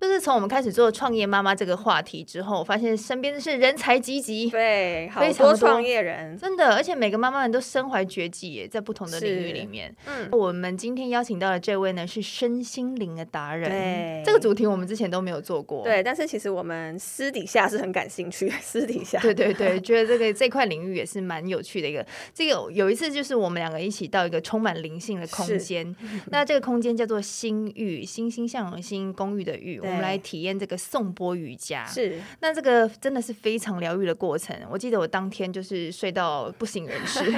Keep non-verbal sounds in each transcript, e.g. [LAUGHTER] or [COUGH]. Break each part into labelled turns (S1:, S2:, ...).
S1: 就是从我们开始做创业妈妈这个话题之后，我发现身边是人才济济，
S2: 对，好
S1: 非常
S2: 多
S1: 多
S2: 创业人，
S1: 真的，而且每个妈妈们都身怀绝技耶，在不同的领域里面。
S2: 嗯，
S1: 我们今天邀请到的这位呢，是身心灵的达人
S2: 对。
S1: 这个主题我们之前都没有做过。
S2: 对。但是其实我们私底下是很感兴趣，私底下
S1: 对对对，觉得这个这块领域也是蛮有趣的一个。这个有一次就是我们两个一起到一个充满灵性的空
S2: 是
S1: 间， [LAUGHS] 那这个空间叫做新域，欣欣向荣的欣，公寓的寓，我们
S2: 对
S1: 来体验这个颂钵瑜伽。
S2: 是
S1: 那这个真的是非常疗愈的过程。我记得我当天就是睡到不省人
S3: [LAUGHS]
S1: 事。
S2: 对，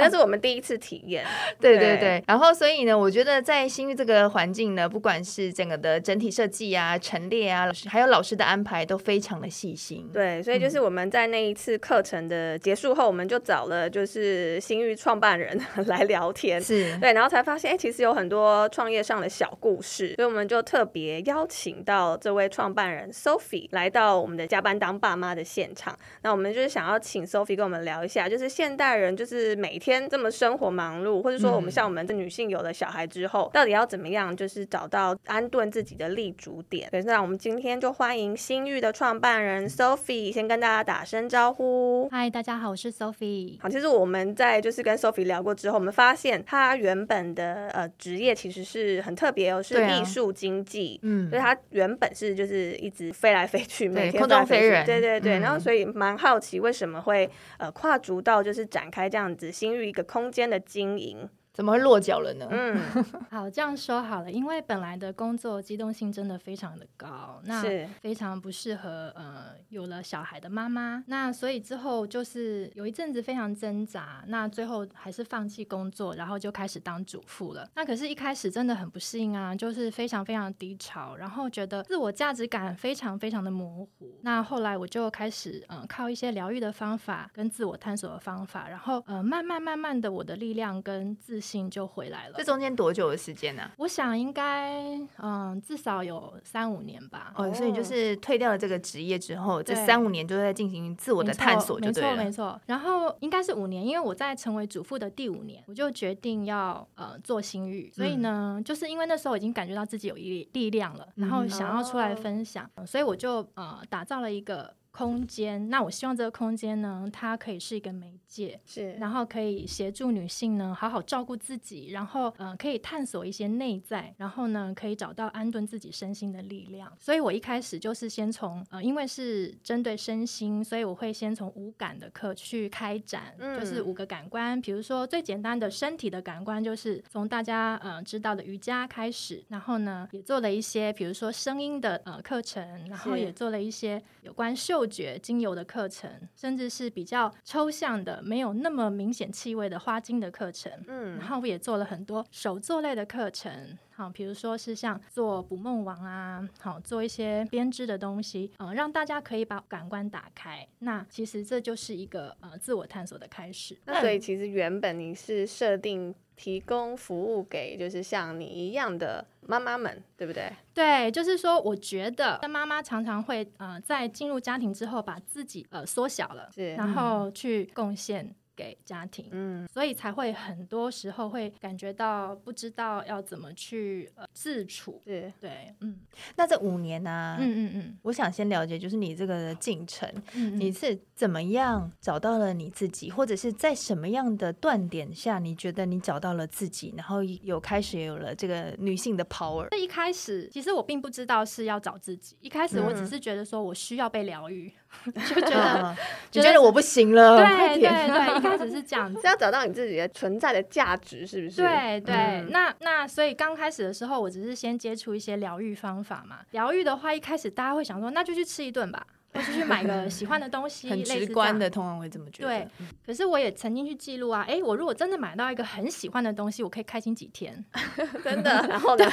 S2: 那是我们第一次体验，
S1: 对
S2: 对
S1: 对对，然后所以呢，我觉得在新域这个环境呢，不管是整个的整体设计啊、陈列啊，老师还有老师的安排都非常的细心。
S2: 对，所以就是我们在那一次课程的结束后，我们就找了就是新域创办人 [LAUGHS] 来聊天，
S1: 是，
S2: 对，然后才发现，哎、其实有很多创业上的小故事，所以我们就特别邀请到这位创办人 Sophie 来到我们的加班当爸妈的现场。那我们就是想要请 Sophie 跟我们聊一下，就是现代人就是每天这么生活忙碌，或者说我们像我们的女性有了小孩之后，到底要怎么样，就是找到安顿自己的立足点。对，那我们今天就欢迎新域的创办人 Sophie 先跟大家打声招呼。
S3: 嗨，大家好，我是 Sophie。
S2: 好，其实我们在就是跟 Sophie 聊过之后，我们发现她原本的呃职业其实是很特别哦，是
S1: 对啊
S2: 艺术经济。
S1: 嗯
S2: 所以，她原本是就是一直飞来飞去，每天
S1: 空中
S2: 来
S1: 飞
S2: 去
S1: 人
S2: 对对对。
S1: 嗯
S2: 然后，所以蛮好奇为什么会呃跨足到就是展开这样子新域一个空间的经营。
S1: 怎么会落脚了呢？
S2: 嗯， [LAUGHS]
S3: 好，这样说好了，因为本来的工作机动性真的非常的高，那
S2: 是
S3: 非常不适合呃有了小孩的妈妈。那所以之后就是有一阵子非常挣扎，那最后还是放弃工作，然后就开始当主妇了。那可是，一开始真的很不适应啊，就是非常非常低潮，然后觉得自我价值感非常非常的模糊。那后来我就开始嗯、呃靠一些疗愈的方法跟自我探索的方法，然后呃慢慢慢慢的我的力量跟自信就回来了
S1: 这。中间多久的时间啊呢、
S3: 我想应该，嗯，至少有三五年吧。
S1: 哦，所以你就是退掉了这个职业之后，这
S3: 对
S1: 三五年就在进行自我的
S3: 没错
S1: 探索，就
S3: 没
S1: 对
S3: 错
S1: 了
S3: 没。错。然后应该是五年，因为我在成为主妇的第五年，我就决定要呃做心语。所
S1: 嗯
S3: 以呢，就是因为那时候已经感觉到自己有力力量了，然后
S1: 嗯
S3: 想要出来分享，所以我就呃打造了一个空间。那我希望这个空间呢，它可以是一个媒介，
S2: 是
S3: 然后可以协助女性呢好好照顾自己，然后呃可以探索一些内在，然后呢可以找到安顿自己身心的力量。所以我一开始就是先从呃，因为是针对身心，所以我会先从五感的课去开展，
S2: 嗯
S3: 就是五个感官，比如说最简单的身体的感官，就是从大家呃知道的瑜伽开始，然后呢也做了一些，比如说声音的呃课程，然后
S2: 是
S3: 也做了一些有关嗅觉精油的课程，甚至是比较抽象的、没有那么明显气味的花精的课程。
S2: 嗯
S3: 然后我也做了很多手作类的课程，好，比如说是像做捕梦网啊，好做一些编织的东西，嗯、让大家可以把感官打开。那其实这就是一个呃自我探索的开始。
S2: 那所以其实原本你是设定提供服务给就是像你一样的妈妈们，对不对？
S3: 对，就是说，我觉得妈妈常常会呃，在进入家庭之后，把自己呃缩小了，
S2: 是
S3: 然后去贡献给家庭，
S2: 嗯，
S3: 所以才会很多时候会感觉到不知道要怎么去呃自处。
S2: 是
S3: 对，嗯
S1: 那这五年呢、啊？
S3: 嗯嗯嗯
S1: 我想先了解，就是你这个进程，
S3: 嗯，
S1: 你
S3: 嗯
S1: 是怎么样找到了你自己，或者是在什么样的断点下，你觉得你找到了自己，然后有开始有了这个女性的 power？
S3: 那一开始，其实我并不知道是要找自己。一开始，我
S2: 嗯
S3: 只是觉得说我需要被疗愈， [LAUGHS] 就觉得
S1: 嗯你觉得我不行了，快
S3: 对对
S1: 点！
S3: 对，一开始是这样子
S2: 是。要找到你自己的存在的价值，是不是？
S3: 对对，
S2: 嗯
S3: 那那所以刚开始的时候，我只是先接触一些疗愈方法嘛。疗愈的话，一开始大家会想说，那就去吃一顿吧，或是去买个喜欢的东
S1: [LAUGHS]
S3: 西，
S1: 很
S3: 类似
S1: 直
S3: 这
S1: 观
S3: 样
S1: 的，。通常会这么觉得。 [LAUGHS] 嗯
S3: 对，可是我也曾经去记录啊，诶，我如果真的买到一个很喜欢的东西，我可以开心几
S1: [LAUGHS]
S3: 天。
S2: [LAUGHS] 真的。 [LAUGHS] 然后呢？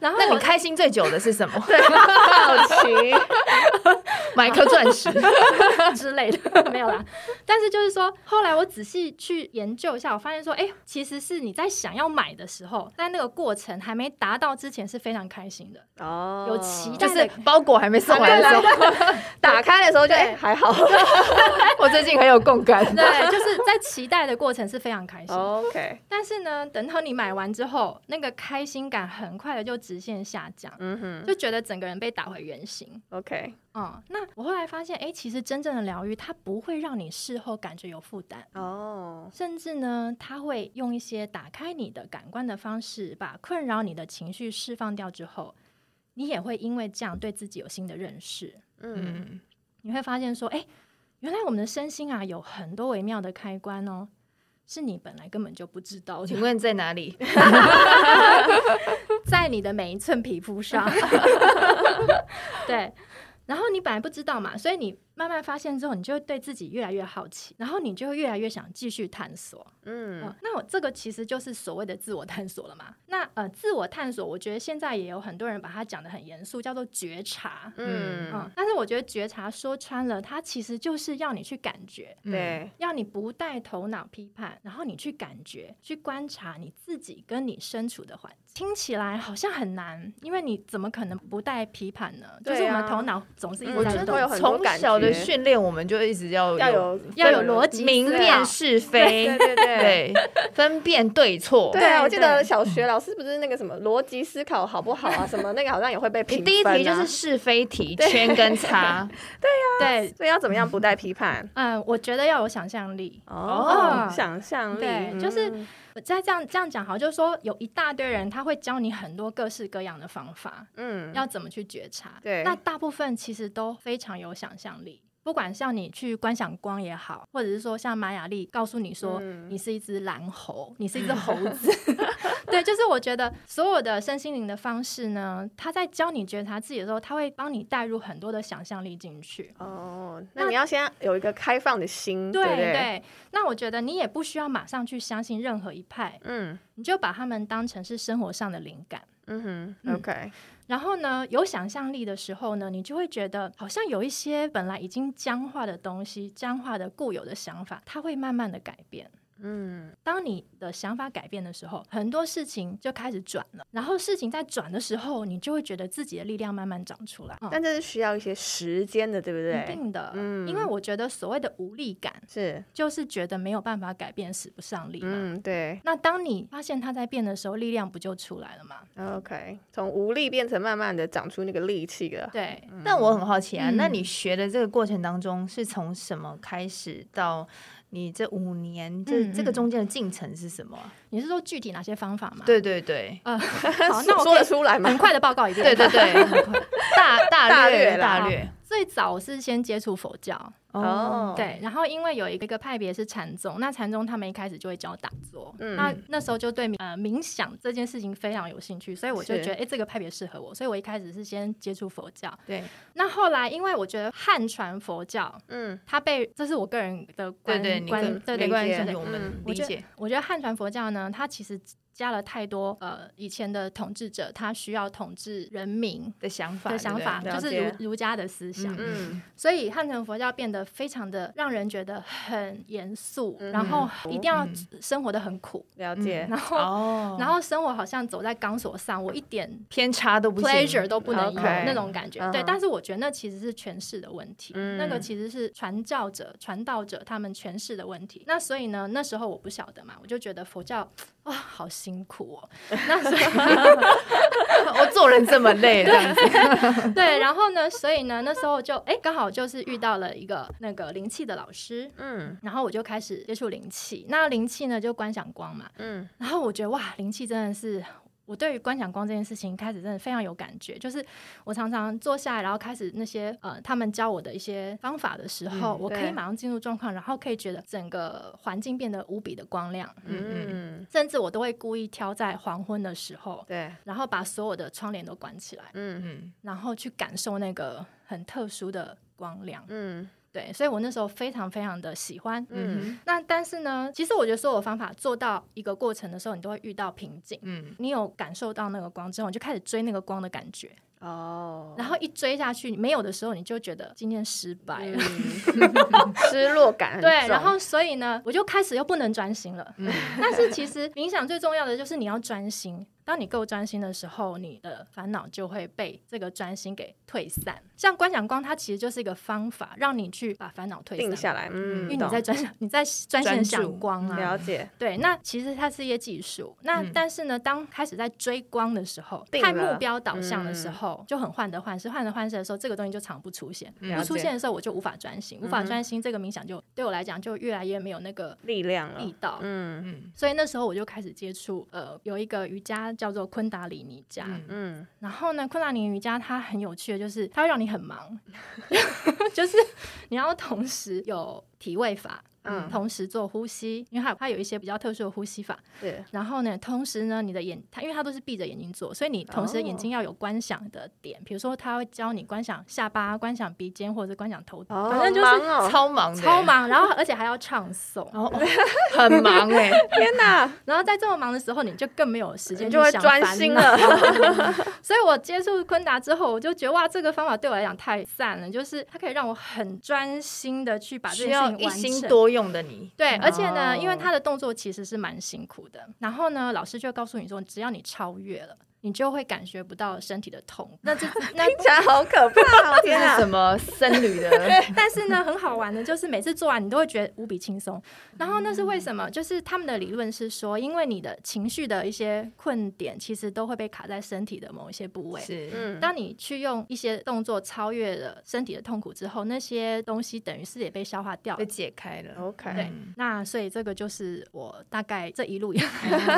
S3: 然后
S1: 那
S3: 我
S2: [LAUGHS]
S1: 你开心最久的是什么？
S2: 好奇，
S1: 买一颗钻石，
S3: [LAUGHS] 之类的，没有啦。但是就是说，后来我仔细去研究一下，我发现说，哎、其实是你在想要买的时候，在那个过程还没达到之前是非常开心的，
S2: [LAUGHS] 哦，
S3: 有期
S1: 就
S3: 待
S1: 是
S3: 的。
S1: 包裹还没送来的时候，
S2: 打开的时候就
S3: 对
S2: 哎、还好
S1: 我最近很有共感。 [LAUGHS]
S3: 对，就是在期待的过程是非常开心
S2: [LAUGHS]
S3: 的
S2: ，OK，
S3: 但是呢，等到你买完之后，那个开心感很快的就直线下降，
S2: 嗯哼
S3: 就觉得整个人被打回原形。
S2: ，OK，
S3: 嗯，那我后来发现，哎、其实真正的疗愈，它不会让你事后感觉有负担。
S2: 哦，
S3: 甚至呢，它会用一些打开你的感官的方式，把困扰你的情绪释放掉之后，你也会因为这样对自己有新的认识。
S2: 嗯，
S1: 嗯，
S3: 你会发现说，哎、原来我们的身心啊有很多微妙的开关哦，是你本来根本就不知道的
S1: 请。问在哪里？
S3: [LAUGHS] 在你的每一寸皮肤 [LAUGHS] 上。对， [LAUGHS] 然后你本来不知道嘛，所以你慢慢发现之后，你就会对自己越来越好奇，然后你就会越来越想继续探索。嗯、
S2: 嗯，
S3: 那我这个其实就是所谓的自我探索了嘛。那呃，自我探索，我觉得现在也有很多人把它讲得很严肃，叫做觉察。嗯
S2: 嗯，，
S3: 但是我觉得觉察说穿了，它其实就是要你去感觉，
S1: 嗯
S2: 对，
S3: 要你不带头脑批判，然后你去感觉、去观察你自己跟你身处的环境。听起来好像很难，因为你怎么可能不带批判呢？
S2: 对啊嗯
S3: 就是我们头脑总是一直
S2: 我觉
S3: 在
S2: 得
S3: 动
S2: 会。有很多
S1: 从
S2: 感
S1: 小的
S2: 觉
S1: 训练，我们就一直要
S2: 要有
S3: 要有逻辑思考
S1: 明辨是非，
S2: 对对对。
S1: 对，分辨对错。
S2: 对啊，我记得
S3: 对
S2: 小学老师不是那个什么逻辑思考好不好
S3: [LAUGHS]
S2: 啊，什么那个好像也会被
S1: 你
S2: 评
S1: 第一
S2: 分啊
S1: 题就是，是非题，圈跟叉。 [LAUGHS]
S3: 对，
S2: 所以要怎么样不带批判？
S3: 嗯，我觉得要有想象力。
S2: 哦
S3: 哦，
S2: 想象力，
S3: 对，
S2: 嗯
S3: 就是我再这样这样讲好，就是说有一大堆人他会教你很多各式各样的方法，
S2: 嗯，
S3: 要怎么去觉察。
S2: 对
S3: 那大部分其实都非常有想象力。不管像你去观想光也好，或者是说像玛雅丽告诉你说
S2: 嗯
S3: 你是一只蓝猴，你是一只
S2: [LAUGHS]
S3: 猴子，对，就是我觉得所有的身心灵的方式呢，他在教你觉察自己的时候，他会帮你带入很多的想象力进去。
S2: 哦，
S3: 那
S2: 那你要先有一个开放的心，
S3: 对
S2: 嗯对不，
S3: 那我觉得你也不需要马上去相信任何一派，
S2: 嗯
S3: 你就把他们当成是生活上的灵感。
S2: 嗯哼
S3: 嗯
S2: ，OK，
S3: 然后呢，有想象力的时候呢，你就会觉得好像有一些本来已经僵化的东西、僵化的固有的想法，它会慢慢的改变。
S2: 嗯
S3: 当你的想法改变的时候，很多事情就开始转了。然后事情在转的时候，你就会觉得自己的力量慢慢长出来。嗯
S2: 但这是需要一些时间的，对不
S3: 一
S2: 对？
S3: 定的，
S2: 嗯
S3: 因为我觉得所谓的无力感，
S2: 是，
S3: 就是觉得没有办法改变，使不上力嘛。
S2: 嗯，对
S3: 那当你发现它在变的时候，力量不就出来了
S2: 嗯
S3: 吗？
S2: ，OK，从无力变成慢慢的长出那个力气了。
S3: 对，
S1: 但我很好奇啊，
S3: 嗯
S1: 那你学的这个过程当中，是从什么开始到你这五年，这、
S3: 嗯
S1: 这个中间的进程是什么啊、
S3: 你是说具体哪些方法吗？，
S1: 对对对，
S3: 呃， [LAUGHS] 好，那
S2: 说
S3: 我可以
S2: 得出来吗
S3: 很？快的报告一遍。
S1: 对对对，
S3: [LAUGHS]
S1: 大大
S2: 大
S1: 略
S2: 略
S1: 大
S2: 啦
S1: 略
S3: 最早是先接触佛教，
S2: 哦，
S3: 对，然后因为有一个派别是禅宗，那禅宗他们一开始就会教打坐，
S2: 嗯
S3: 那那时候就对呃冥想这件事情非常有兴趣，所以我就是觉得哎、诶这个派别适合我，所以我一开始是先接触佛教，
S1: 对
S3: 那后来因为我觉得汉传佛教
S2: 嗯
S3: 它被这是我个人的
S1: 对
S3: 观
S1: 对，你
S3: 观
S1: 跟
S3: 对
S1: 没
S3: 对
S1: 关
S3: 对
S1: 系，
S3: 对
S1: 我们
S2: 嗯
S1: 理
S3: 我觉
S1: 解
S3: 得，我觉得汉传佛教呢，它其实加了太多呃以前的统治者，他需要统治人民
S1: 的想法
S3: 的想法，
S1: 对
S2: 了
S3: 就是
S2: 解
S3: 儒儒家的思想。
S2: 嗯
S3: 所以汉传佛教变得非常的让人觉得很严肃，
S2: 嗯
S3: 然后一定要
S1: 嗯
S3: 生活的很苦，
S2: 了解
S3: 然
S1: 不对
S3: 后、
S1: 哦，
S3: 然后生活好像走在钢索上，我一点
S1: 偏差都不行
S3: pleasure 都不能有
S2: OK
S3: 那种感觉。对
S2: 嗯，
S3: 但是我觉得那其实是诠释的问题，
S2: 嗯
S3: 那个其实是传教者、传道者他们诠释的问题。那所以呢，那时候我不晓得嘛，我就觉得佛教哇、好辛苦哦。那所以
S1: [LAUGHS] 我做人这么累，这 [LAUGHS] 样子
S2: [LAUGHS]
S3: 对，然后呢，所以呢，那时候就哎，刚好就是遇到了一个那个灵气的老师，
S2: 嗯
S3: 然后我就开始接触灵气。那灵气呢，就观想光嘛。
S2: 嗯
S3: 然后我觉得哇，灵气真的是我对于观想光这件事情开始真的非常有感觉。就是我常常坐下来，然后开始那些呃他们教我的一些方法的时候，
S1: 嗯
S3: 我可以
S2: 对
S3: 马上进入状况，然后可以觉得整个环境变得无比的光亮，
S2: 嗯，
S3: 甚至我都会故意挑在黄昏的时候。
S2: 对，
S3: 然后把所有的窗帘都关起来，
S2: 嗯
S1: 嗯，
S3: 然后去感受那个很特殊的光亮。
S2: 嗯
S3: 对，所以我那时候非常非常的喜欢。
S2: 嗯
S1: 嗯
S3: 那但是呢，其实我觉得所有方法做到一个过程的时候，你都会遇到瓶颈。
S1: 嗯，
S3: 你有感受到那个光之后，你就开始追那个光的感觉，
S2: 哦
S3: 然后一追下去没有的时候，你就觉得今天失败 [LAUGHS] 了。
S2: 嗯失落感很重嗯
S3: 对，然后所以呢，我就开始又不能专心了。 [LAUGHS] 但是其实冥想最重要的就是你要专心。当你够专心的时候，你的烦恼就会被这个专心给退散。像观想光，它其实就是一个方法，让你去把烦恼退散
S2: 定下。来，嗯，
S3: 因为你
S2: 懂
S3: 在专你在专心地
S1: 专
S3: 想
S1: 注
S3: 光啊，
S2: 了解，
S3: 对，那其实它是一些技术。那、
S1: 嗯
S3: 但是呢，当开始在追光的时候，
S2: 定
S3: 看
S2: 了
S3: 目标导向的时
S2: 嗯
S3: 候，就很患得患失，患得患失的时候，这个东西就常不出现。
S1: 嗯
S3: 不
S2: 了
S3: 出
S2: 解
S3: 现的时候，我就无法专心，无
S2: 嗯
S3: 法
S2: 哼
S3: 专心，这个冥想就对我来讲就越来越没有那个
S2: 力量
S3: 力
S2: 了，
S3: 道。
S2: 嗯
S1: 嗯
S3: 所以那时候我就开始接触，呃，有一个瑜伽叫做昆达里尼伽。
S1: 嗯
S2: 嗯，
S3: 然后呢，昆达里尼瑜伽它很有趣的就是，它会让你
S2: [LAUGHS]
S3: 很忙，就是你要同时有体位法，
S2: 嗯
S3: 同时做呼吸，因为它有它有一些比较特殊的呼吸法，
S2: 是
S3: 然后呢，同时呢，你的眼，它因为它都是闭着眼睛做，所以你同时眼睛
S2: 哦
S3: 要有观想的点，比如说它会教你观想下巴、观想鼻尖或者是观想头顶，
S2: 哦
S3: 反正就是
S2: 好忙
S1: 超忙
S2: 哦
S1: 的欸，
S3: 超忙，然后而且还要唱诵，
S1: 哦，哦 [LAUGHS] 很忙哎，
S2: 天
S1: [LAUGHS]
S2: 哪，
S3: 然后在这么忙的时候，你就更没有时间
S2: 你
S3: 去
S2: 就会
S3: 想
S2: 专
S3: 烦
S2: 心
S3: 恼
S2: 了。
S3: [LAUGHS]
S2: [LAUGHS]
S3: 所以我接触昆达之后，我就觉得哇，这个方法对我来讲太赞了，就是它可以让我很专心的去把这
S1: 需
S3: 件事
S1: 要
S3: 情
S1: 一
S3: 完
S1: 心
S3: 成。
S1: 多用的
S2: [LAUGHS]
S1: 你，
S3: 对，而且呢，因为
S2: 哦
S3: 他的动作其实是蛮辛苦的，然后呢，老师就会告诉你说，只要你超越了，你就会感觉不到身体的
S2: [LAUGHS]
S3: 痛。那这那
S2: 听起来好可怕哦！
S1: [LAUGHS] 这
S2: 天
S1: 是
S2: 哪
S1: 什，么僧侣的
S3: [LAUGHS] 但是呢，很好玩的就是每次做完你都会觉得无比轻松。然后那是为什么？
S1: 嗯
S3: 就是他们的理论是说，因为你的情绪的一些困点，其实都会被卡在身体的某一些部位。
S1: 是
S2: 嗯，
S3: 当你去用一些动作超越了身体的痛苦之后，那些东西等于是也被消化掉了
S1: 被。解开了。
S2: OK
S3: 对
S1: 嗯，
S3: 那所以这个就是我大概这一路以来 [LAUGHS]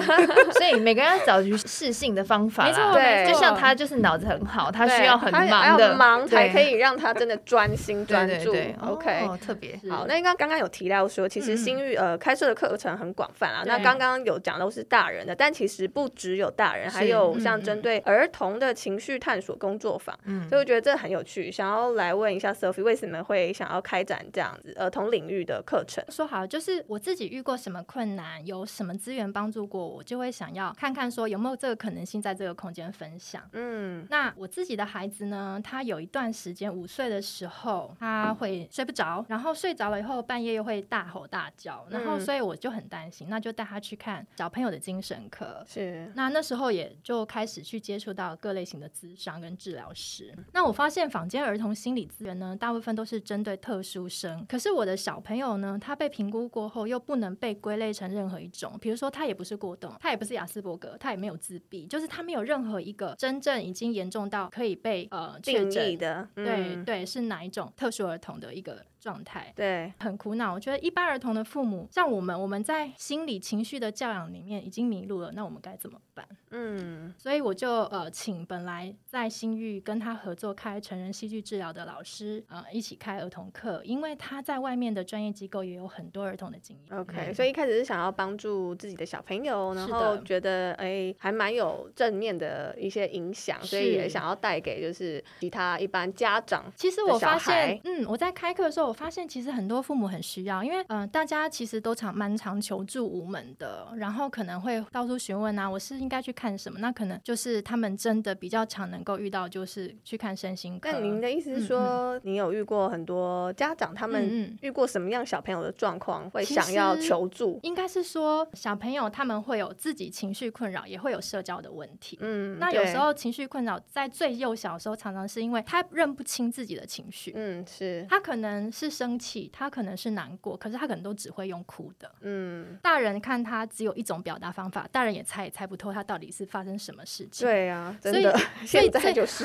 S1: 所以每个人要找出适性的方法
S3: 没错，
S1: 啦。
S2: 对
S3: 没
S1: 就
S3: 错
S1: 像他就是脑子很好，他
S2: 对
S1: 需要很
S2: 他
S1: 忙
S2: 要
S1: 的
S2: 忙才可
S1: 对
S2: 以让他真的专心专
S1: 对对
S2: 注
S1: 对。哦
S2: OK，
S1: 特别
S3: 是
S2: 好，那刚刚刚有提到说，其
S1: 嗯
S2: 实
S1: 嗯
S2: 新域呃开设的课程很广泛啊。
S3: 对
S2: 那刚刚有讲都是大人的，但其实不只有大人，
S1: 是
S2: 还有
S1: 嗯
S2: 像针对儿童的情绪探索工作坊。
S1: 嗯
S2: 所以我觉得这很有趣，想要来问一下 Sophie，为什么会想要开展这样子儿童领域的课程？
S3: 说好，就是我自己遇过什么困难，有什么资源帮助过我，就会想要看看说有没有这个可能性在这个空间分享。
S2: 嗯，
S3: 那我自己的孩子呢，他有一段时间五岁的时候，他会睡不着，然后睡着了以后半夜又会大吼大叫，然后
S2: 嗯
S3: 所以我就很担心，那就带他去看小朋友的精神科。
S2: 是
S3: 那那时候也就开始去接触到各类型的咨商跟治疗师。那我发现坊间儿童心理资源呢，大部分都是针对特殊生。可是我的小朋友呢，他被评估过后又不能被归类成任何一种，比如说他也不是过动，他也不是雅斯伯格，他也没有自闭，就是他没有任何一个真正已经严重到可以被呃确
S2: 定义
S3: 诊。
S2: 的，
S3: 对
S2: 嗯
S3: 对，是哪一种特殊儿童的一个状态？
S2: 对，
S3: 很苦恼。我觉得一般儿童的父母，像我们，我们在心理情绪的教养里面已经迷路了，那我们该怎么办？
S2: 嗯，
S3: 所以我就呃请本来在新域跟他合作开成人戏剧治疗的老师，呃一起开儿童课，因为他在外面的专业机构也有很多儿童的经验。
S2: OK，、
S1: 嗯
S2: 所以一开始是想要帮助自己的小朋友，然
S3: 是
S2: 后
S3: 的
S2: 觉得哎、还蛮有正面的一些影响，所以
S3: 是
S2: 也想要带给就是其他一般家长。
S3: 其实我发
S2: 的小孩
S3: 现，嗯，我在开课的时候，我发现其实很多父母很需要，因为嗯、呃大家其实都常蛮常求助无门的，然后可能会到处询问啊，我是应该去看什么？那可能就是他们真的比较常能够遇到，就是去看身心科。
S2: 但您的意思是说，你有遇过很多家长，他
S3: 嗯
S2: 们
S3: 嗯
S2: 遇过什么样小朋友的状况，会
S3: 其
S2: 想要
S3: 实
S2: 求助？
S3: 应该是说，小朋友他们会有自己情绪困扰，也会有社交的问题。
S2: 嗯，
S3: 那有
S2: 对
S3: 时，候情绪困扰在最幼小的时候，常常是因为他认不清自己的情绪，
S2: 嗯，是，
S3: 他可能是生气，他可能是难过，可是他可能都只会用哭的。
S2: 嗯，
S3: 大人看他只有一种表达方法，大人也猜也猜不透他到底是发生什么事情。，
S2: 对啊，
S3: 所
S2: 真
S3: 以
S2: 的，
S3: 所以
S2: 现在
S3: 最
S2: 就是，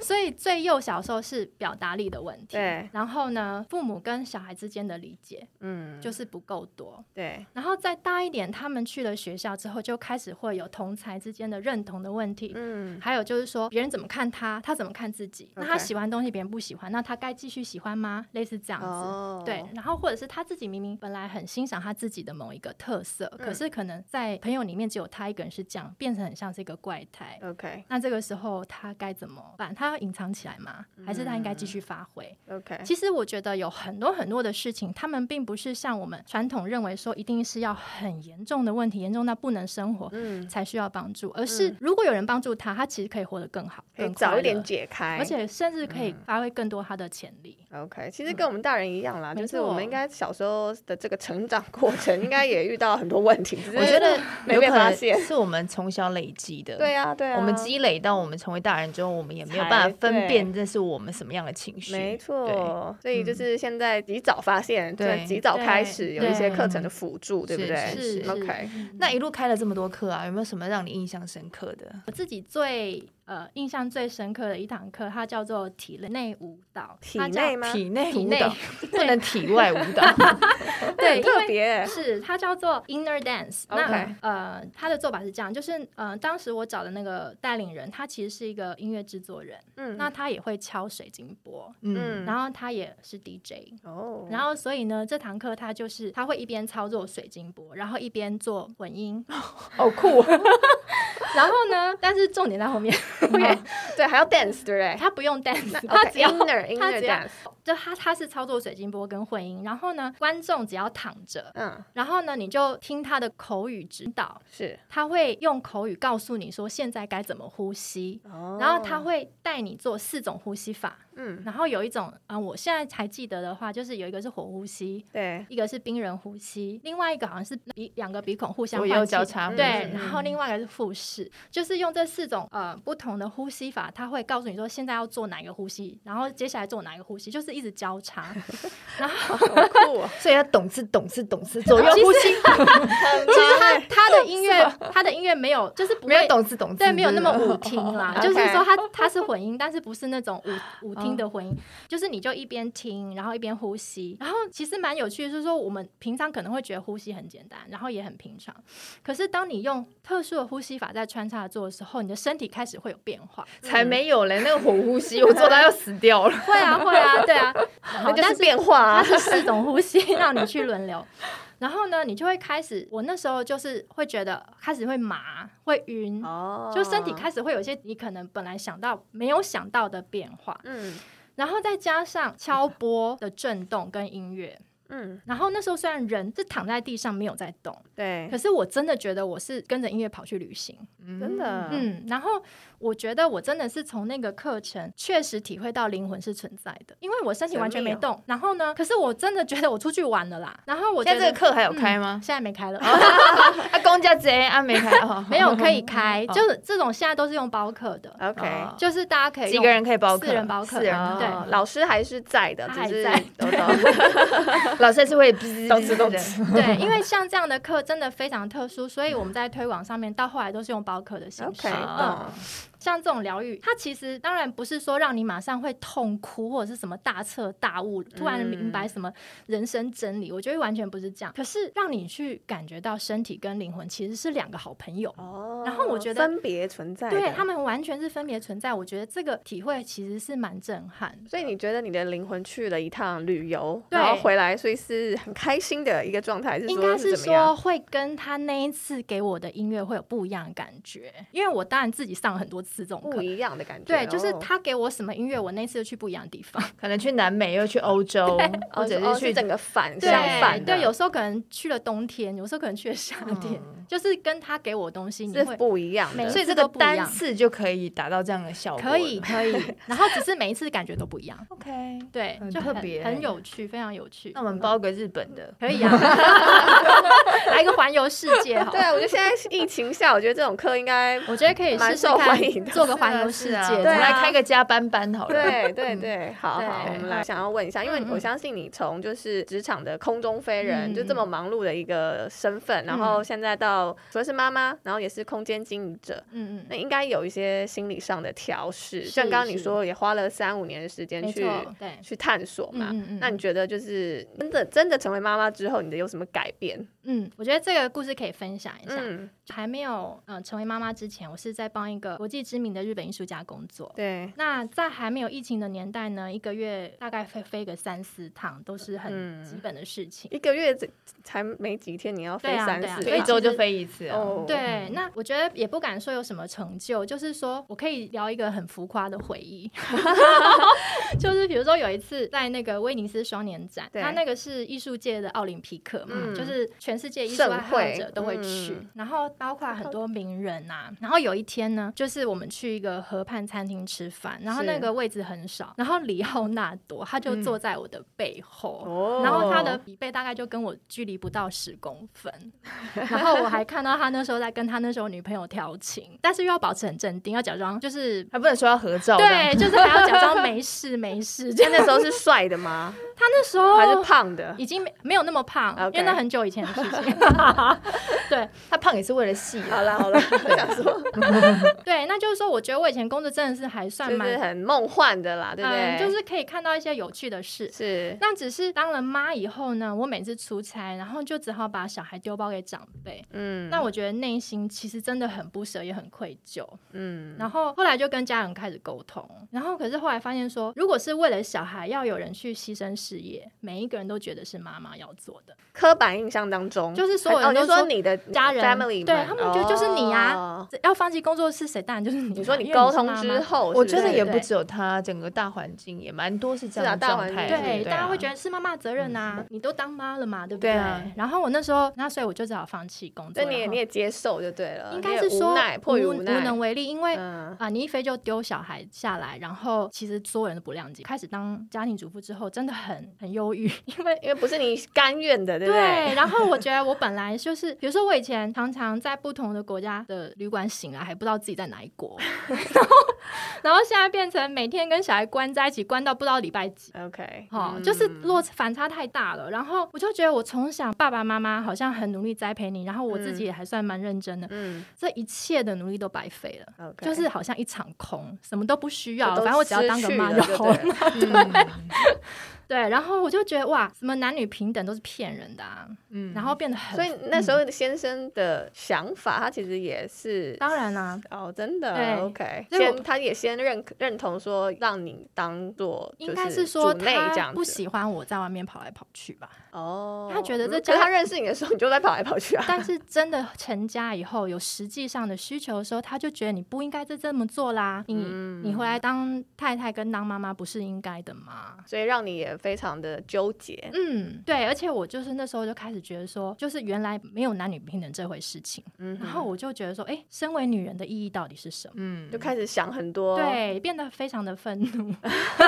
S3: 所以最幼小的时候是表达力的问题。
S2: 对
S3: 然后呢，父母跟小孩之间的理解
S2: 嗯，
S3: 就是不够多。
S2: 对，
S3: 然后再大一点，他们去了学校之后，就开始会有同才孩之间的认同的问题，
S2: 嗯，
S3: 还有就是说别人怎么看他，他怎么看自己。那他
S2: OK
S3: 喜欢的东西别人不喜欢，那他该继续喜欢吗？类似这样子。
S2: 哦
S3: 对，然后或者是他自己明明本来很欣赏他自己的某一个特色，可
S2: 嗯
S3: 是可能在朋友里面只有他一个人是这样，变成很像是一个怪胎。
S2: ，OK
S3: 那这个时候他该怎么办？他要隐藏起来吗？还是他应该
S2: 嗯
S3: 继续发挥？
S2: OK，
S3: 其实我觉得有很多很多的事情，他们并不是像我们传统认为说一定是要很严重的问题，严重到不能生活
S2: 嗯，
S3: 才需要帮助，而是如果有人帮助他，他其实可以活得更好，
S2: 可以
S3: 更快
S2: 早一点嗯
S3: 乐，
S2: 解开，
S3: 而且甚至可以发挥更多他的潜力。
S2: OK，其实跟我们大人一样啦，就
S3: 没
S2: 是我们
S3: 错
S2: 应该小时候的这个成长过程，应该也遇到很多问题，只是
S1: 我觉得
S2: 没
S1: 有
S2: 被
S1: 可
S2: 发
S1: 能
S2: 现。
S1: 是我们从小累积的。
S2: 对啊，对啊，
S1: 我们积累到我们成为大人之后，我们也没有办
S2: 才
S1: 法分
S2: 对
S1: 辨这是我们什么样的情绪。
S2: 没
S1: 对，
S2: 错，所以就是现在及早发现，就
S1: 对
S2: 及早开
S3: 嗯对
S2: 始有
S3: 对
S2: 一些课程的辅助，对不
S1: 是
S2: 对？
S3: 是是嗯
S2: OK，
S1: 那一路开了这么多课啊，有没有什么让你印象深刻的？
S3: 我自己最呃印象最深刻的一堂课，它叫做体内舞蹈，
S2: 体
S3: 它叫
S2: 内吗？
S1: 体内
S3: 体
S1: 舞
S2: [LAUGHS]
S3: 内
S1: 蹈不能体外舞蹈，
S3: 对，
S2: 很
S3: 因为
S2: 特别
S3: 是，它叫做 Inner Dance 那。
S2: OK
S3: 呃，它的做法是这样，就是呃，当时我找的那个带领人，他其实是一个音乐制作人，
S2: 嗯
S3: 那他也会敲水晶钵，
S1: [LAUGHS] 嗯，
S3: 然后他也是 DJ。
S2: 哦，
S3: 然后，所以呢，这堂课他就是他会一边操作水晶钵，然后一边做
S2: [LAUGHS]
S3: 混音，
S1: 好
S3: [LAUGHS]
S1: 酷哦，
S3: 然后呢，但是重点在
S2: [LAUGHS]
S3: 后面，
S2: 对，还要 dance，对不对？
S3: 他不用 dance，
S2: OK，
S3: [LAUGHS] 他只要
S2: inner
S3: 他
S2: inner
S3: 只要
S2: dance，
S3: 就他他是操作水晶钵跟混音，然后呢，观众只要躺着，
S2: 嗯，
S3: 然后呢，你就听他的口语指导，
S2: 是，
S3: 他会用口语告诉你说现在该怎么呼吸，
S2: 然
S3: 然后他，会带你做四种呼吸法，
S2: 哦嗯，
S3: 然后有一种啊、我现在才记得的话，就是有一个是火呼吸。
S2: 对，
S3: 一个是冰人呼吸，另外一个好像是鼻两个鼻孔互相
S1: 我
S3: 换
S1: 也有
S3: 气
S1: 交叉呼嗯
S3: 对，
S2: 吸
S3: 然后另外一个是腹式，就是用这四种呃不同的呼吸法，他会告诉你说现在要做哪一个呼吸，然后接下来做哪一个呼吸，就是一直交叉。 [LAUGHS] 然后
S2: 好酷哦，
S1: 所以要懂事懂事懂事，左右呼
S3: [LAUGHS]
S1: 吸，
S2: 其实他
S3: 他的音乐，他的音乐没有，就是不
S1: 没有
S3: 会
S1: 懂事懂事，
S3: 对，没有那么舞
S1: 真的
S3: 厅啦
S2: ，OK
S3: 就是说它它是混音，但是不是那种舞舞厅的混音，就是你就一边听，然后一边呼吸，然后其实蛮有趣的，就是说我们平常可能会觉得呼吸很简单，然后也很平常，可是当你用特殊的呼吸法在穿插做的时候，你的身体开始会有变化，
S1: 才没有嘞，那个火呼吸，我做到要死掉了。
S3: [LAUGHS] 会啊会啊，对啊，好
S2: 那，就
S3: 但
S2: 是
S3: 是
S2: 变化
S3: 它
S2: 啊，
S3: 是四种呼吸让你去轮流。然后呢，你就会开始，我那时候就是会觉得开始会麻，会晕，
S2: 哦
S3: 嗯就
S1: 嗯
S3: 身体，开始会有一些你可能本来想到没有想到的变化，
S2: 嗯
S3: 然后再加上敲波的震动跟音乐。
S2: 嗯，
S3: 然后那时候虽然人是躺在地上没有在动，
S2: 对
S1: 嗯
S3: 可，是我真的觉得我是跟着音乐跑去旅行。
S2: 真的，
S3: 嗯，然后我觉得我真的是从那个课程确实体会到灵魂是存在的，因为我身体完全没动。然后呢，可是我真的觉得我出去玩了啦。然后我觉
S1: 哦现
S3: 得
S1: 在这个课还有开吗
S3: 嗯？现在没
S1: [LAUGHS]
S3: 开了。
S1: 啊，公家贼啊，没开，哦
S3: [LAUGHS] 没有可以开，
S1: 哦
S3: 就是这种现在都是用包课的，
S2: ，OK，
S1: 哦
S3: 就是大家可以
S1: 几
S3: 用
S1: 个人可以包课，
S3: 四人包课
S1: 四人包
S3: 啊
S2: 哦
S3: 对
S2: 老师还是在的，
S3: 他
S2: 只是
S3: 还在
S2: 都懂
S1: 老师还是会哔
S2: 动词动
S1: 的 [LAUGHS]
S2: [LAUGHS] 词
S3: 对，因为像这样的课真的非常特殊，所以我们在推广上面到后来都是用包课的形式。
S2: ，OK，
S3: 嗯，
S1: 哦
S2: 懂，
S3: 像这种疗愈，它其实当然不是说让你马上会痛哭或者是什么大彻大悟，突
S2: 嗯
S3: 然明白什么人生真理，我觉得完全不是这样。可是让你去感觉到身体跟灵魂其实是两个好朋友。
S2: 哦
S3: [LAUGHS] 然后我觉得
S2: 分别存在的，
S3: 对他们完全是分别存在，我觉得这个体会其实是蛮震撼的。
S2: 所以你觉得你的灵魂去了一趟旅游，
S3: 对
S2: 然后回来，所以是很开心的一个状态，还是
S3: 应
S2: 说
S3: 该
S2: 是
S3: 是
S2: 怎么样
S3: 说？会跟他那一次给我的音乐会有不一样的感觉，因为我当然自己上了很多次这种
S2: 不
S3: 课，
S2: 一样的感觉，
S3: 对，就是
S2: 哦，
S3: 他给我什么音乐，我那次就去不一样的地方，
S1: 可能去南美又去欧洲，或者
S2: 哦
S1: 是去
S2: 整个反 [LAUGHS]
S3: 对
S2: 相反的，嗯
S3: 对，有时候可能去了冬天，有时候可能去了夏天， [LAUGHS] 就是跟他给我的东西，你
S2: 是
S3: 会
S2: 不一样
S3: 每
S2: 的
S3: 次
S1: 所以这个单次就可以达到这样的效果了。
S3: 可以可以，然后只是每一次感觉都不
S2: [LAUGHS]
S3: 一样，
S1: ，OK。
S3: 对
S1: 很，
S3: 就
S1: 特别
S3: 很有趣，非常有趣
S1: 那。我们包个日本的，
S3: 可以啊， [LAUGHS]
S2: [LAUGHS]
S3: 来一个环游世界好
S2: 对
S3: 了，
S2: 啊，我觉得现在疫情下，我觉得这种课应
S3: [LAUGHS]
S2: 该
S3: 我觉得可以
S2: 蛮
S3: 试试
S2: 受
S3: 看
S2: 欢迎的
S3: 做个环游世
S1: 是啊
S3: 界
S1: 我
S3: 这
S1: 们
S2: 对
S3: 样。
S1: 来开个加班班
S3: [LAUGHS]
S1: 好了。 [LAUGHS]
S2: 对对对，好好，
S3: 对
S2: 我们来想要问一下，因为
S3: 嗯
S2: 我相信你从就是职场的空中飞人，
S3: 嗯
S2: 就这么忙碌的一个身份，然后现在到除了是妈妈，然后也是空间经营者，
S3: 嗯嗯
S2: 那，应该有一些心理上的调试。
S3: 是
S2: 像刚刚你
S3: 是
S2: 说，也花了三五年的时间
S3: 没
S2: 去
S3: 错，对，
S2: 去探索嘛。
S3: 嗯嗯嗯
S2: 那你觉得就是真的真的成为妈妈之后，你的有什么改变？
S3: 嗯，我觉得这个故事可以分享一下。
S2: 嗯，
S3: 还没有嗯、呃成为妈妈之前，我是在帮一个国际知名的日本艺术家工作。
S2: 对，
S3: 那在还没有疫情的年代呢，一个月大概飞飞个三四趟都是
S2: 嗯
S3: 很基本的事情。
S2: 一个月才才没几天，你要飞
S3: 对啊
S2: 三
S3: 对啊
S2: 次
S3: 所以
S2: 吧
S4: 周
S3: 就
S4: 就飞一次啊。
S2: 哦，
S3: 对，那我觉得也不敢说有什么成就，就是说我可以聊一个很浮夸的回
S2: [LAUGHS]
S3: 忆， [LAUGHS] 就是比如说有一次在那个威尼斯双年展，
S2: 对
S3: 它那个是艺术界的奥林匹克嘛，
S2: 嗯
S3: 就是全世界艺术爱好者都会
S2: 盛
S3: 去，
S2: 会嗯
S3: 然后包括很多名人呐、然后有一天呢，就是我们去一个河畔餐厅吃饭，然后那
S2: 是嗯
S3: 个位置很少，然后里奥纳多他就坐在我的背后，
S2: 哦
S3: 然后他的椅背大概就跟我距离不到十公分，然后我还看到他那时候在跟他那时候女朋友调情，但是又要保持很镇定，要假装就是
S4: 还不能说要合照，
S3: 对，，就是还要假装没事没事。就
S2: 他那时候是帅的吗？
S3: 他那时候
S2: 还是胖的？
S3: 已经没没有那么胖
S2: OK
S3: 因为那很久以前的事情。
S2: [LAUGHS]
S3: 对
S4: 他胖也是为了戏啊。
S2: 好啦好啦，我想说
S3: 对，那就是说，我觉得我以前工作真的是还算
S2: 就
S3: 蛮
S2: 是很梦幻的啦，对不对？
S3: 嗯，就是可以看到一些有趣的事。
S2: 是
S3: 那只是当了妈以后呢，我每次出差，然后就只好把小孩丢包给长辈。
S2: 嗯
S3: 那我觉得内心其实真的很不舍，也很愧疚。
S2: 嗯
S3: 然后后来就跟家人开始沟通，然后可是后来发现说，如果是为了小孩，要有人去牺牲事业，每一个人都觉得是妈妈要做的，
S2: 刻板印象当中，
S3: 就是所有人
S2: 哦你
S3: 都
S2: 是说你的
S3: 家人
S2: family，
S3: 对
S2: 们
S3: 他们觉得就是你啊呀、
S2: 哦
S3: 这要放弃工作是谁？当然就是你啊、
S2: 你说你
S3: 因为
S2: 沟
S3: 是
S2: 通
S3: 妈妈
S2: 之后，
S4: 我
S2: 是
S4: 觉得
S2: 是
S4: 也不只有他，整个大环境也蛮多是这样的
S2: 是啊大
S4: 状
S2: 嗯环境
S4: 态。
S3: 对，大家会觉
S4: 得
S3: 得是妈妈的责任呐、你都当妈了嘛，对不
S4: 对啊
S3: 然后我那时候，那所以我就只好放弃工作。
S2: 对，你也
S3: 然后
S2: 你也接受就对了，
S3: 应该
S2: 你
S3: 是
S2: 也
S3: 说
S2: 无奈，迫于
S3: 无
S2: 无奈，
S3: 能为力，因为
S2: 嗯
S3: 啊，你一飞就丢小孩下来，然后其实所有人都不谅解。开始当家庭主妇之后，真的很很忧郁，因为。
S2: 因为不是你甘愿的，对不对？
S3: 然后我觉得我本来就是，比如说我以前常常在不同的国家的旅馆醒来，还不知道自己在哪一国， [LAUGHS] 然后然后现在变成每天跟小孩关在一起，关到不知道礼拜几。
S2: OK，
S3: 哦，
S2: 嗯
S3: 就是落差反差太大了。然后我就觉得我从小爸爸妈妈好像很努力栽培你，然后我自己也还算蛮认真的，
S2: 嗯
S3: 这一切的努力都白费了。
S2: ，OK，
S3: 就是好像一场空，什么都不需要，
S2: 就都
S3: 反正我只要当个妈
S2: 失去了
S3: 好
S2: 就对
S3: 了。
S4: 对啊，
S3: [LAUGHS] 对，然后我就觉得哇，什么男女平等都是骗人的、啊，
S4: 嗯
S3: 然后变得很。
S2: 所以那时候先生的想法，他其实也是
S3: 当然啦、
S2: 哦，真
S3: 对
S2: 的 OK，
S3: 所以我
S2: 先他也先认可认同说让你当做
S3: 应该
S2: 是
S3: 说
S2: 主内这
S3: 他
S2: 样
S3: 不
S2: 子
S3: 喜欢我在外面跑来跑去
S2: [LAUGHS]
S3: 吧，
S2: 哦，
S3: 他觉得
S2: 嗯
S3: 这
S2: 可是
S3: 家
S2: 他认识你的时候，你就在跑来跑去啊，
S3: 但是真的成家以后有实际上的需求的时候，他就觉得你不应该再这么做啦，你、
S2: 嗯
S3: 你回来当太太跟当妈妈不是应该的吗？
S2: 所以让你也非常的纠结。
S3: 嗯，对，而且我就是那时候就开始觉得说，就是原来没有男女平等这回事情，
S2: 嗯哼，
S3: 然后我就觉得说，哎、身为女人的意义到底是什么？
S4: 嗯，
S2: 就开始想很多，，
S3: 对，变得非常的愤怒。 [LAUGHS]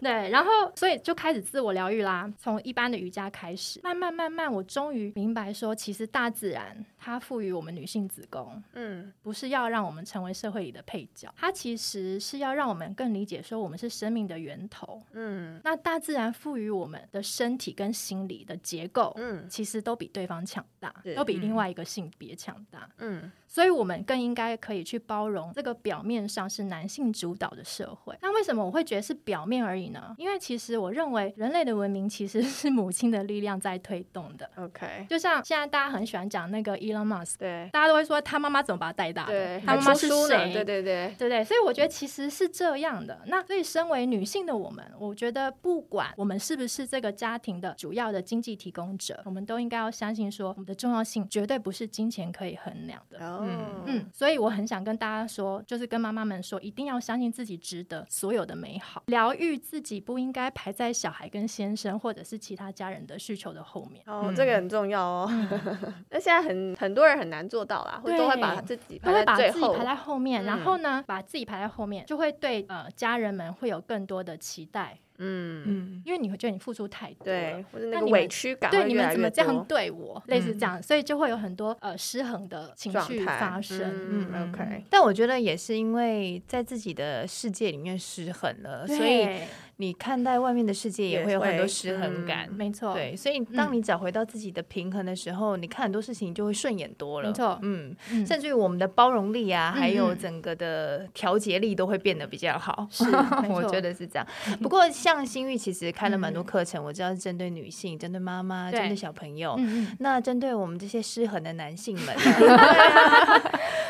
S3: 对，然后所以就开始自我疗愈啦，从一般的瑜伽开始，慢慢慢慢，我终于明白说，其实大自然它赋予我们女性子宫，
S2: 嗯，
S3: 不是要让我们成为社会里的配角，它其实是要让我们更理解说，我们是生命的源头。
S2: 嗯
S3: 那大自然赋予我们的身体跟心理的结构，
S2: 嗯
S3: 其实都比对方强大
S2: 是，
S3: 都比另外一个性别强大。
S2: 嗯，
S3: 所以我们更应该可以去包容这个表面上是男性主导的社会。那为什么我会觉得是表面而已呢？因为其实我认为人类的文明其实是母亲的力量在推动的。
S2: OK，
S3: 就像现在大家很喜欢讲那个 Elon Musk，
S2: 对
S3: 大家都会说他妈妈怎么把他带大的
S2: 对，，
S3: 他妈妈
S2: 还
S3: 是
S2: 出书呢
S3: 谁？
S2: 对对对，
S3: 对不对？所以我觉得其实是这样的。那所以身为女性的我们，我觉得不管我们是不是这个家庭的主要的经济提供者，我们都应该要相信说，我们的重要性绝对不是金钱可以衡量的。
S2: 哦，
S3: 嗯，所以我很想跟大家说，就是跟妈妈们说，一定要相信自己值得所有的美好，疗愈自己不应该排在小孩跟先生或者是其他家人的需求的后面。
S2: 哦，这个很重要哦。 [LAUGHS] 那现在很很多人很难做到啦，会都会
S3: 嗯对
S2: 把自己
S3: 都
S2: 排
S3: 会
S2: 在
S3: 把
S2: 最
S3: 自己
S2: 后
S3: 排。在后面，
S2: 嗯
S3: 然后呢，把自己排在后面，就会对呃家人们会有更多的期待，
S2: 嗯，
S4: 嗯，
S3: 因为你会觉得你付出太多
S2: 对
S3: 了，，
S2: 或者那
S3: 那
S2: 个
S3: 你们
S2: 委屈感
S3: 对
S2: 会
S3: 你
S2: 越
S3: 们
S2: 来
S3: 怎
S2: 越
S3: 么这样
S2: 多。嗯
S3: 对我，类似这样，所以就会有很多呃失衡的情
S2: 状
S3: 绪
S2: 态
S3: 发生。
S2: 嗯
S4: 嗯
S2: ，OK，
S4: 但我觉得也是因为在自己的世界里面失衡了，所以
S3: 对
S1: 你看待外面的世界也
S2: 也
S1: 会有很
S2: 会
S1: 多失衡感。
S3: 没错，
S1: 对，所以当
S3: 嗯
S1: 你找回到自己的平衡的时候，你看很多事情就会顺眼多了。
S3: 没错
S1: 嗯，
S3: 嗯，
S1: 甚至于我们的包容力啊，还有
S3: 嗯嗯
S1: 整个的调节力都会变得比较好。 [LAUGHS]
S3: 是没
S1: 我
S3: 错
S1: 觉得是这样。不过像新玉其实开了蛮多
S3: 嗯
S1: 课程，我知道是针对女性、针对妈妈、
S3: 对
S1: 针对小朋友。
S3: 嗯嗯，
S1: 那针对我们这些失衡的男性
S3: [LAUGHS]
S1: 们呢，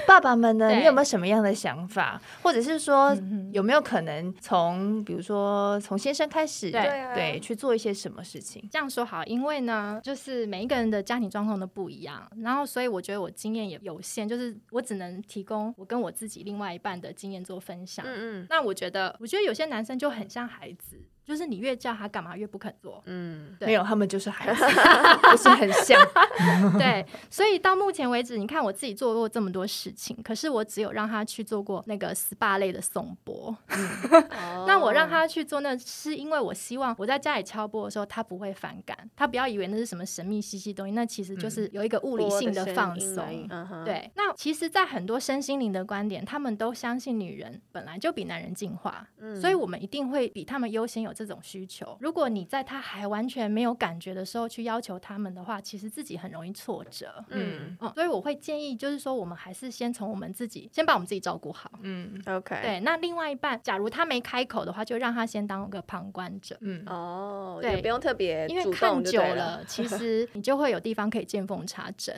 S1: 爸爸们呢，
S3: 对
S1: 你有没有什么样的想法，或者是说
S3: 嗯嗯
S1: 有没有可能从比如说从先生开始，
S3: 对
S2: 对啊
S1: 去做一些什么事情？
S3: 这样说好，因为呢，就是每一个人的家庭状况都不一样，然后所以我觉得我经验也有限，就是我只能提供我跟我自己另外一半的经验做分享。
S2: 嗯嗯
S3: 那我觉得，我觉得有些男生就很像孩子，就是你越叫他干嘛，越不肯做。
S2: 嗯，
S3: 对
S1: 没有，他们就是孩子，就是很像。
S3: 对，所以到目前为止，你看我自己做过这么多事情，可是我只有让他去做过那个 SPA 类的颂钵。 [LAUGHS] 那我
S2: 哦
S3: 让他去做那，是因为我希望我在家里敲钵的时候，他不会反感，他不要以为那是什么神秘兮兮的东西，那其实就是有一个物
S2: 哦
S3: 理性的放松。
S2: 嗯哼，
S3: 对，那其实，在很多身心灵的观点，他们都相信女人本来就比男人进化，
S2: 嗯
S3: 所以我们一定会比他们优先有这种需求。如果你在他还完全没有感觉的时候去要求他们的话，其实自己很容易挫折。
S2: 嗯
S3: [LAUGHS] 嗯，所以我会建议，就是说，我们还是先从我们自己，先把我们自己照顾好。
S1: 嗯
S2: OK，
S3: 对，那另外一半，假如他没开口的话，就让他先当个旁观者。
S1: 嗯，
S2: 哦，
S3: 对
S2: 也不用特别
S3: 因为
S2: 主
S3: 看
S2: 动就
S3: 久
S2: 对 [LAUGHS]
S3: 了，其实你就会有地方可以见缝插针，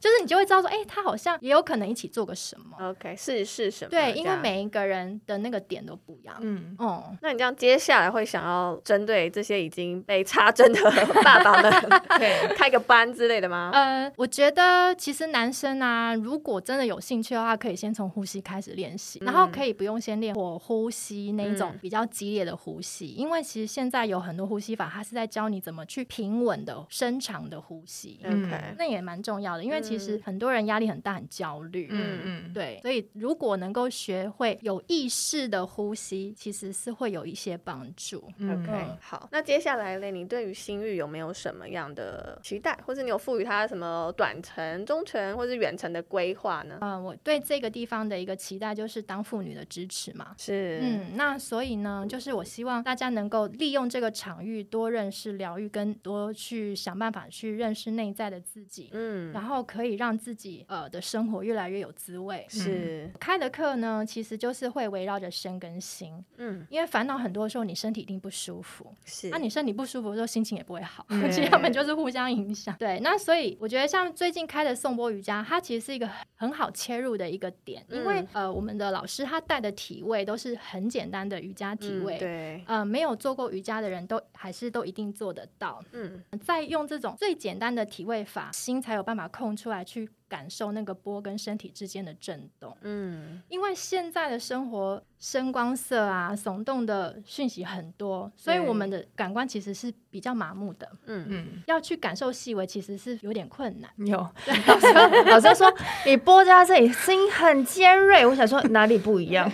S3: 就是你就会知道说，哎、他好像也有可能一起做个什么。
S2: OK，是是什么？
S3: 对，
S2: 这
S3: 因为
S2: 样。
S3: 每一个人的那个点都不一样。
S1: 嗯
S3: 哦、
S2: 那你这样接下来会想要针对这些已经被插针的 [LAUGHS] 爸爸们
S1: 对，
S2: 开个班之类的吗？
S3: 呃，我觉得其实男生啊，如果真的有兴趣的话，可以先从呼吸开始练习，然后可以不用先练火呼吸那一种
S2: 嗯
S3: 比较激烈的呼吸，因为其实现在有很多呼吸法，它是在教你怎么去平稳的、深长的呼吸，
S2: OK，
S3: 那也蛮重要的，因为其实很多人压力很大、很焦虑，
S1: 嗯嗯，
S3: 对，所以如果能够学会有意识的呼吸，其实是会有一些帮助。
S1: 嗯
S2: OK，、好，那接下来嘞，你对于新玉有没有什么样的期待，或是你有赋予他什么短程、中程或是远程的规划呢？
S3: 呃，我对这个地方的一个期待就是当妇女的支持嘛。
S2: 是，
S3: 嗯，那所以呢，就是我希望大家能够利用这个场域，多认识疗愈，跟多去想办法去认识内在的自己，
S2: 嗯，
S3: 然后可以让自己呃的生活越来越有滋味。
S2: 是，
S3: 开的课呢，其实就是会围绕着身跟心，
S2: 嗯，
S3: 因为烦恼很多的时候，你身体一定不舒服，
S2: 是，
S3: 那、啊你身体不舒服的时候，心情也不会好，
S2: 对
S3: [LAUGHS] 其实他们就是互相影响。对，那所以我觉得像最近开的颂钵瑜伽，它其实是一个很很好切入的一个点，因为、
S2: 嗯
S3: 呃，我们的老师他带的体位都是很简单的瑜伽体
S2: 嗯
S3: 位。
S2: 对，
S3: 呃，没有做过瑜伽的人都还是都一定做得到。
S2: 嗯
S3: 再用这种最简单的体位法，心才有办法空出来去感受那个波跟身体之间的震动。
S2: 嗯，
S3: 因为现在的生活声光色啊、耸动的讯息很多，所以
S2: 对
S3: 我们的感官其实是比较麻木的，
S2: 嗯，
S1: 嗯。
S3: 要去感受细微其实是有点困
S1: [LAUGHS]
S3: 难。
S1: 有
S3: [LAUGHS]
S1: 老师，老师说你播到这里声音很尖锐，我想说哪里不一样？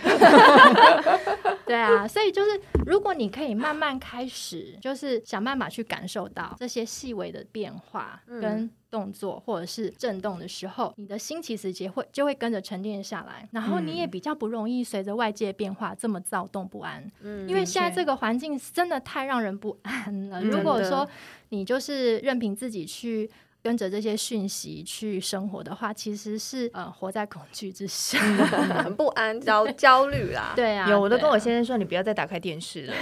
S3: 对啊，所以就是如果你可以慢慢开始，就是想办法去感受到这些细微的变化
S2: 嗯
S3: 跟动作或者是震动的时候，你的心其实也会就会跟着沉淀下来，然后你也比较不容易随着外界变化这么躁动不安。
S2: 嗯，
S3: 因为现在这个环境真的太让人不安
S1: 嗯
S3: 了。如果说你就是任凭自己去跟着这些讯息去生活的话，其实是呃活在恐惧之下。
S2: 嗯很不安、焦焦虑啦。
S3: [LAUGHS] 对啊，
S1: 嗯有，我都
S3: 对
S1: 跟
S3: 啊
S1: 我先生说，你不要再打开电视
S3: [LAUGHS]
S1: 了。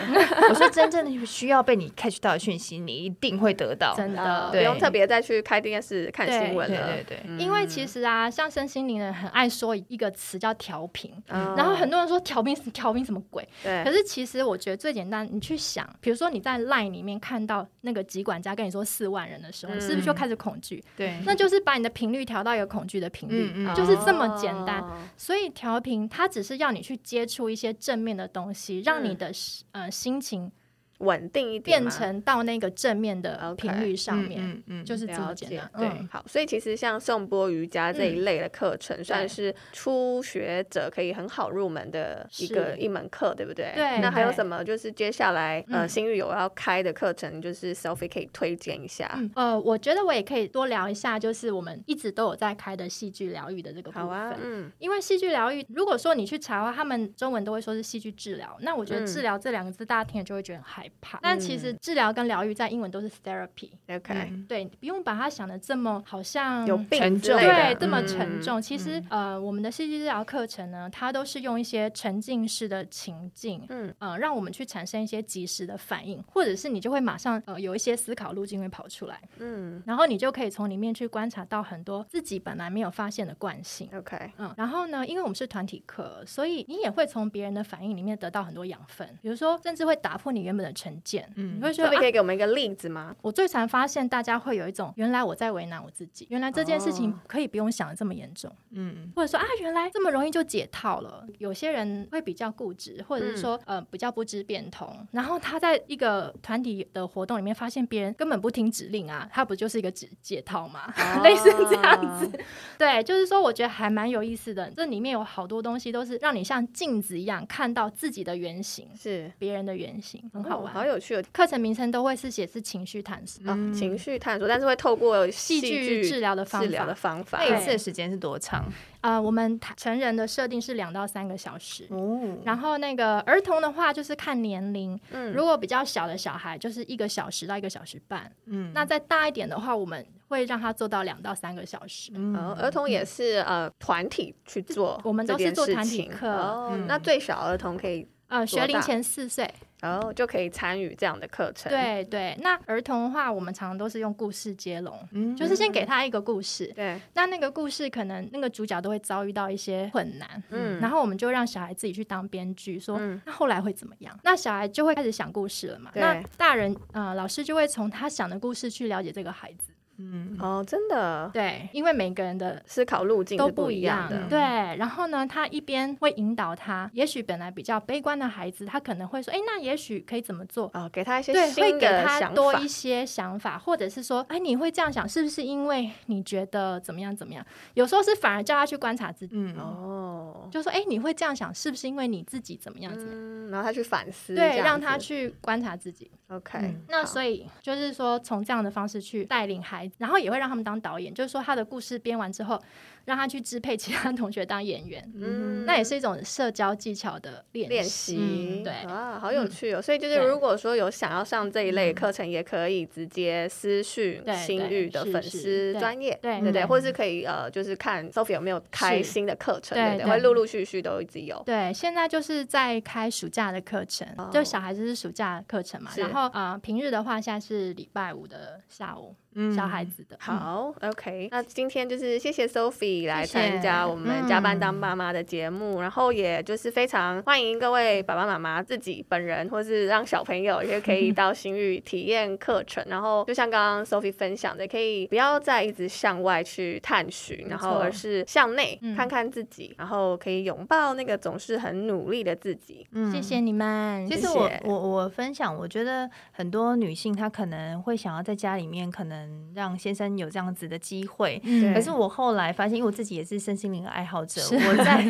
S1: 我说，真正的需要被你 catch 到的讯息，你一定会得到。
S3: 真
S2: 呃，
S3: 的
S2: 不
S1: 对
S2: 用特别再去开电视看
S3: 对
S2: 新闻
S1: 对
S2: 了。
S1: 对对，
S2: 嗯
S3: 因为其实啊，像身心灵人很爱说一个词叫调频，
S2: 嗯
S3: 然后很多人说调频调频什么鬼？
S2: 对，
S3: 可是其实我觉得最简单，你去想，比如说你在 LINE 里面看到那个集管家跟你说四万人的时候，你是不是就
S1: 嗯
S3: 开始恐惧？
S1: 对
S3: 那就是把你的频率调到一个恐惧的频率，
S1: 嗯嗯
S3: 就是这么简单。
S2: 哦
S3: 所以调频它只是要你去接触一些正面的东西，让
S2: 嗯
S3: 你的、呃心情
S2: 稳定一点
S3: 变
S2: 吗，
S3: 成到那个正面的频率上面
S4: 嗯嗯，
S3: 就是这
S2: 了
S3: 么简
S2: 解
S3: 单。，
S2: 对，
S3: 嗯
S2: 好，所以其实像颂钵瑜伽这一类的课程，算
S3: 对
S2: 是初学者可以很好入门的一个
S3: 是
S2: 一门课，对不对？
S3: 对
S2: 那还有
S3: 对
S2: 什么？就是接下来呃，
S3: 嗯
S2: 新宇有要开的课程，就是 Sophie 可以推荐一下。
S3: 嗯，呃，我觉得我也可以多聊一下，就是我们一直都有在开的戏剧疗愈的这个部分。
S2: 好啊，嗯，
S3: 因为戏剧疗愈，如果说你去查的话，他们中文都会说是戏剧治疗。那我觉
S2: 嗯
S3: 得“治疗”这两个字，大家听了就会觉得很害怕。但其实治疗跟疗愈在英文都是 therapy，
S2: OK，、
S3: 对，不用把它想的这么好像
S2: 有病
S4: 沉
S2: 之
S4: 重
S2: 类的
S3: 嗯对，这么
S2: 嗯
S3: 沉重。其实、呃，我们的戏剧治疗课程呢，它都是用一些沉浸式的情境。
S2: 嗯，
S3: 呃，让我们去产生一些及时的反应，或者是你就会马上呃有一些思考路径会跑出来，
S2: 嗯
S3: 然后你就可以从里面去观察到很多自己本来没有发现的惯性。
S2: ，OK，
S3: 嗯，然后呢，因为我们是团体课，所以你也会从别人的反应里面得到很多养分，比如说，甚至会打破你原本的成见。嗯，你会觉
S2: 这
S3: 得、
S2: 边
S3: 啊
S2: 可以给我们一个例子吗？
S3: 我最常发现大家会有一种，原来我在为难我自己，原来这件事情
S2: 哦
S3: 可以不用想的这么严重，
S4: 嗯，
S3: 或者说啊，原来这么容易就解套了。有些人会比较固执，或者
S2: 嗯
S3: 是说、呃比较不知变通，然后他在一个团体的活动里面发现别人根本不听指令啊，他不就是一个解解套吗？ [LAUGHS] [LAUGHS] 类似这样
S2: 哦
S3: 子，对，就是说，我觉得还蛮有意思的。这里面有好多东西都是让你像镜子一样看到自己的原型、
S2: 是，
S3: 别人的原型，很好
S2: 哦，
S3: 玩。
S2: 好有趣哦。
S3: 课程名称都会是写是情绪探索，
S2: 啊，情绪探索，但是会透过戏
S3: 嗯戏剧治疗的方
S2: 治疗的
S3: 法。
S2: 方法
S4: 那，一
S3: 对
S4: 次的时间是多长？
S3: 呃，我们成人的设定是两到三个小时。
S4: 哦，
S3: 然后那个儿童的话，就是看年龄。
S2: 嗯
S3: 如果比较小的小孩，就是一个小时到一个小时半。
S4: 嗯
S3: 那再大一点的话，我们会让他做到两到三个小时。
S2: 哦，儿童也是呃团体去做这件事情，
S3: 嗯我们都是做团体课
S2: 哦。
S4: 嗯
S2: 那最小儿童可以，
S3: 呃，
S2: 多
S3: 学龄
S2: 大
S3: 前四岁，
S2: 然后就可以参与这样的课程。，
S3: 对对，那儿童的话，我们常常都是用故事接龙，就是先
S2: 嗯
S3: 给他一个故事，
S2: 对，
S3: 那那个故事可能那个主角都会遭遇到一些困难，
S2: 嗯
S3: 然后我们就让小孩自己去当编剧，说、
S2: 嗯
S3: 那后来会怎么样？那小孩就会开始想故事了嘛。
S2: 对
S3: 那大人呃，老师就会从他想的故事去了解这个孩子，
S1: 嗯
S2: 哦，真的
S3: 对，因为每个人的。
S2: 思考路径
S3: 都
S2: 是不
S3: 一
S2: 样的。
S3: 对。然后呢，他一边会引导他，也许本来比较悲观的孩子，他可能会说：“哎，那也许可以怎么做？”
S2: 哦，给他一些
S3: 对，会
S2: 新
S3: 给
S2: 的
S3: 他
S2: 想
S3: 多
S2: 法
S3: 一。些想法，或者是说，哎，你会这样想，是不是因为你觉得怎么样怎么样？有时候是反而叫他去观察自己，
S4: 嗯
S2: 哦，
S3: 就说，哎，你会这样想，是不是因为你自己怎么样怎么样？
S2: 嗯，然后他去反思，这
S3: 对，
S2: 样
S3: 让
S2: 子
S3: 他去嗯观察自己。
S2: OK。
S3: 那
S2: 以
S3: 所以就是说，从这样的方式去带领孩子，然后也会让他们当导演，就是说他的故事编完之后，让他去支配其他同学当演员，
S2: 嗯
S3: [LAUGHS] 那也是一种社交技巧的练
S2: 练
S3: 习。嗯
S2: 习，
S3: 对
S2: 啊，好有趣哦！所以就是，
S3: 对嗯
S2: 如果说有想要上这一类课程，也可以直接私讯
S3: 对
S2: 新
S3: 对
S2: 域的
S3: 是
S2: 粉
S3: 是
S2: 丝
S3: 对
S2: 专业，
S3: 对
S2: 对对，
S3: 嗯
S2: 或是可以呃，就是看 Sophie 有没有开
S3: 是
S2: 新的课程，
S3: 对
S2: 对对，
S3: 对嗯
S2: 会陆陆续续都一直有。
S3: 对，现在就是在开暑假的课程，就小孩子是暑假的课程嘛。
S2: 哦是
S3: 然后啊、呃平日的话，现在是礼拜五的下午，小孩子的。嗯，
S2: 好，OK，那今天就是谢谢 Sophie 来
S3: 谢谢嗯
S2: 参加我们加班当爸妈的节目，然后也就是非常欢迎各位爸爸妈妈自己本人或是让小朋友也可
S3: [LAUGHS]
S2: 以到新域体验课程，然后就像刚刚 Sophie 分享的，可以不要再一直向外去探寻，然后而是向内
S3: 嗯
S2: 看看自己，然后可以拥抱那个总是很努力的自己。
S3: 嗯谢谢你们。
S1: 其
S2: 谢
S1: 实
S2: 谢
S1: 我我我分享，我觉得很多女性她可能会想要在家里面，可能让先生有这样子的机会。
S3: 嗯
S2: 对
S1: 可是我后来发现，因为我自己也是身心灵的爱好者，我
S3: [LAUGHS]
S1: 在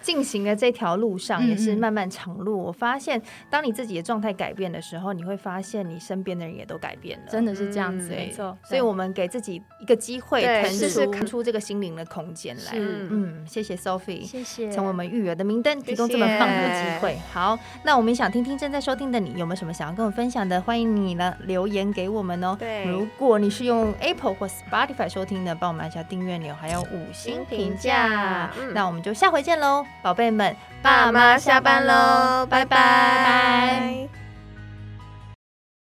S1: 进行的这条路上也是
S3: 嗯嗯
S1: 漫漫长路。我发现，当你自己的状态改变的时候，你会发现你身边的人也都改变了。
S3: 真的是这样子，欸
S2: 嗯
S3: 没错。
S1: 所以我们给自己一个机会，
S2: 对
S1: 腾
S2: 试试
S1: 出
S2: 看
S1: 出这个心灵的空间来。
S3: 是
S2: 嗯，
S1: 嗯，谢谢 Sophie，
S3: 谢谢，
S1: 成为我们育儿的明灯，
S2: 谢
S1: 提供这么棒的机会。好，那我们也想听听正在收听的你有没有什么想要跟我分享的，欢迎你呢留言给我们哦。
S2: 对
S1: 如果你是用 Apple 或 Spotify 收听的，帮我们按下订阅钮，还有五星评价。
S2: 嗯
S1: 那我们就下回见喽，宝贝们，
S2: 爸妈下班喽，拜拜。
S1: 拜拜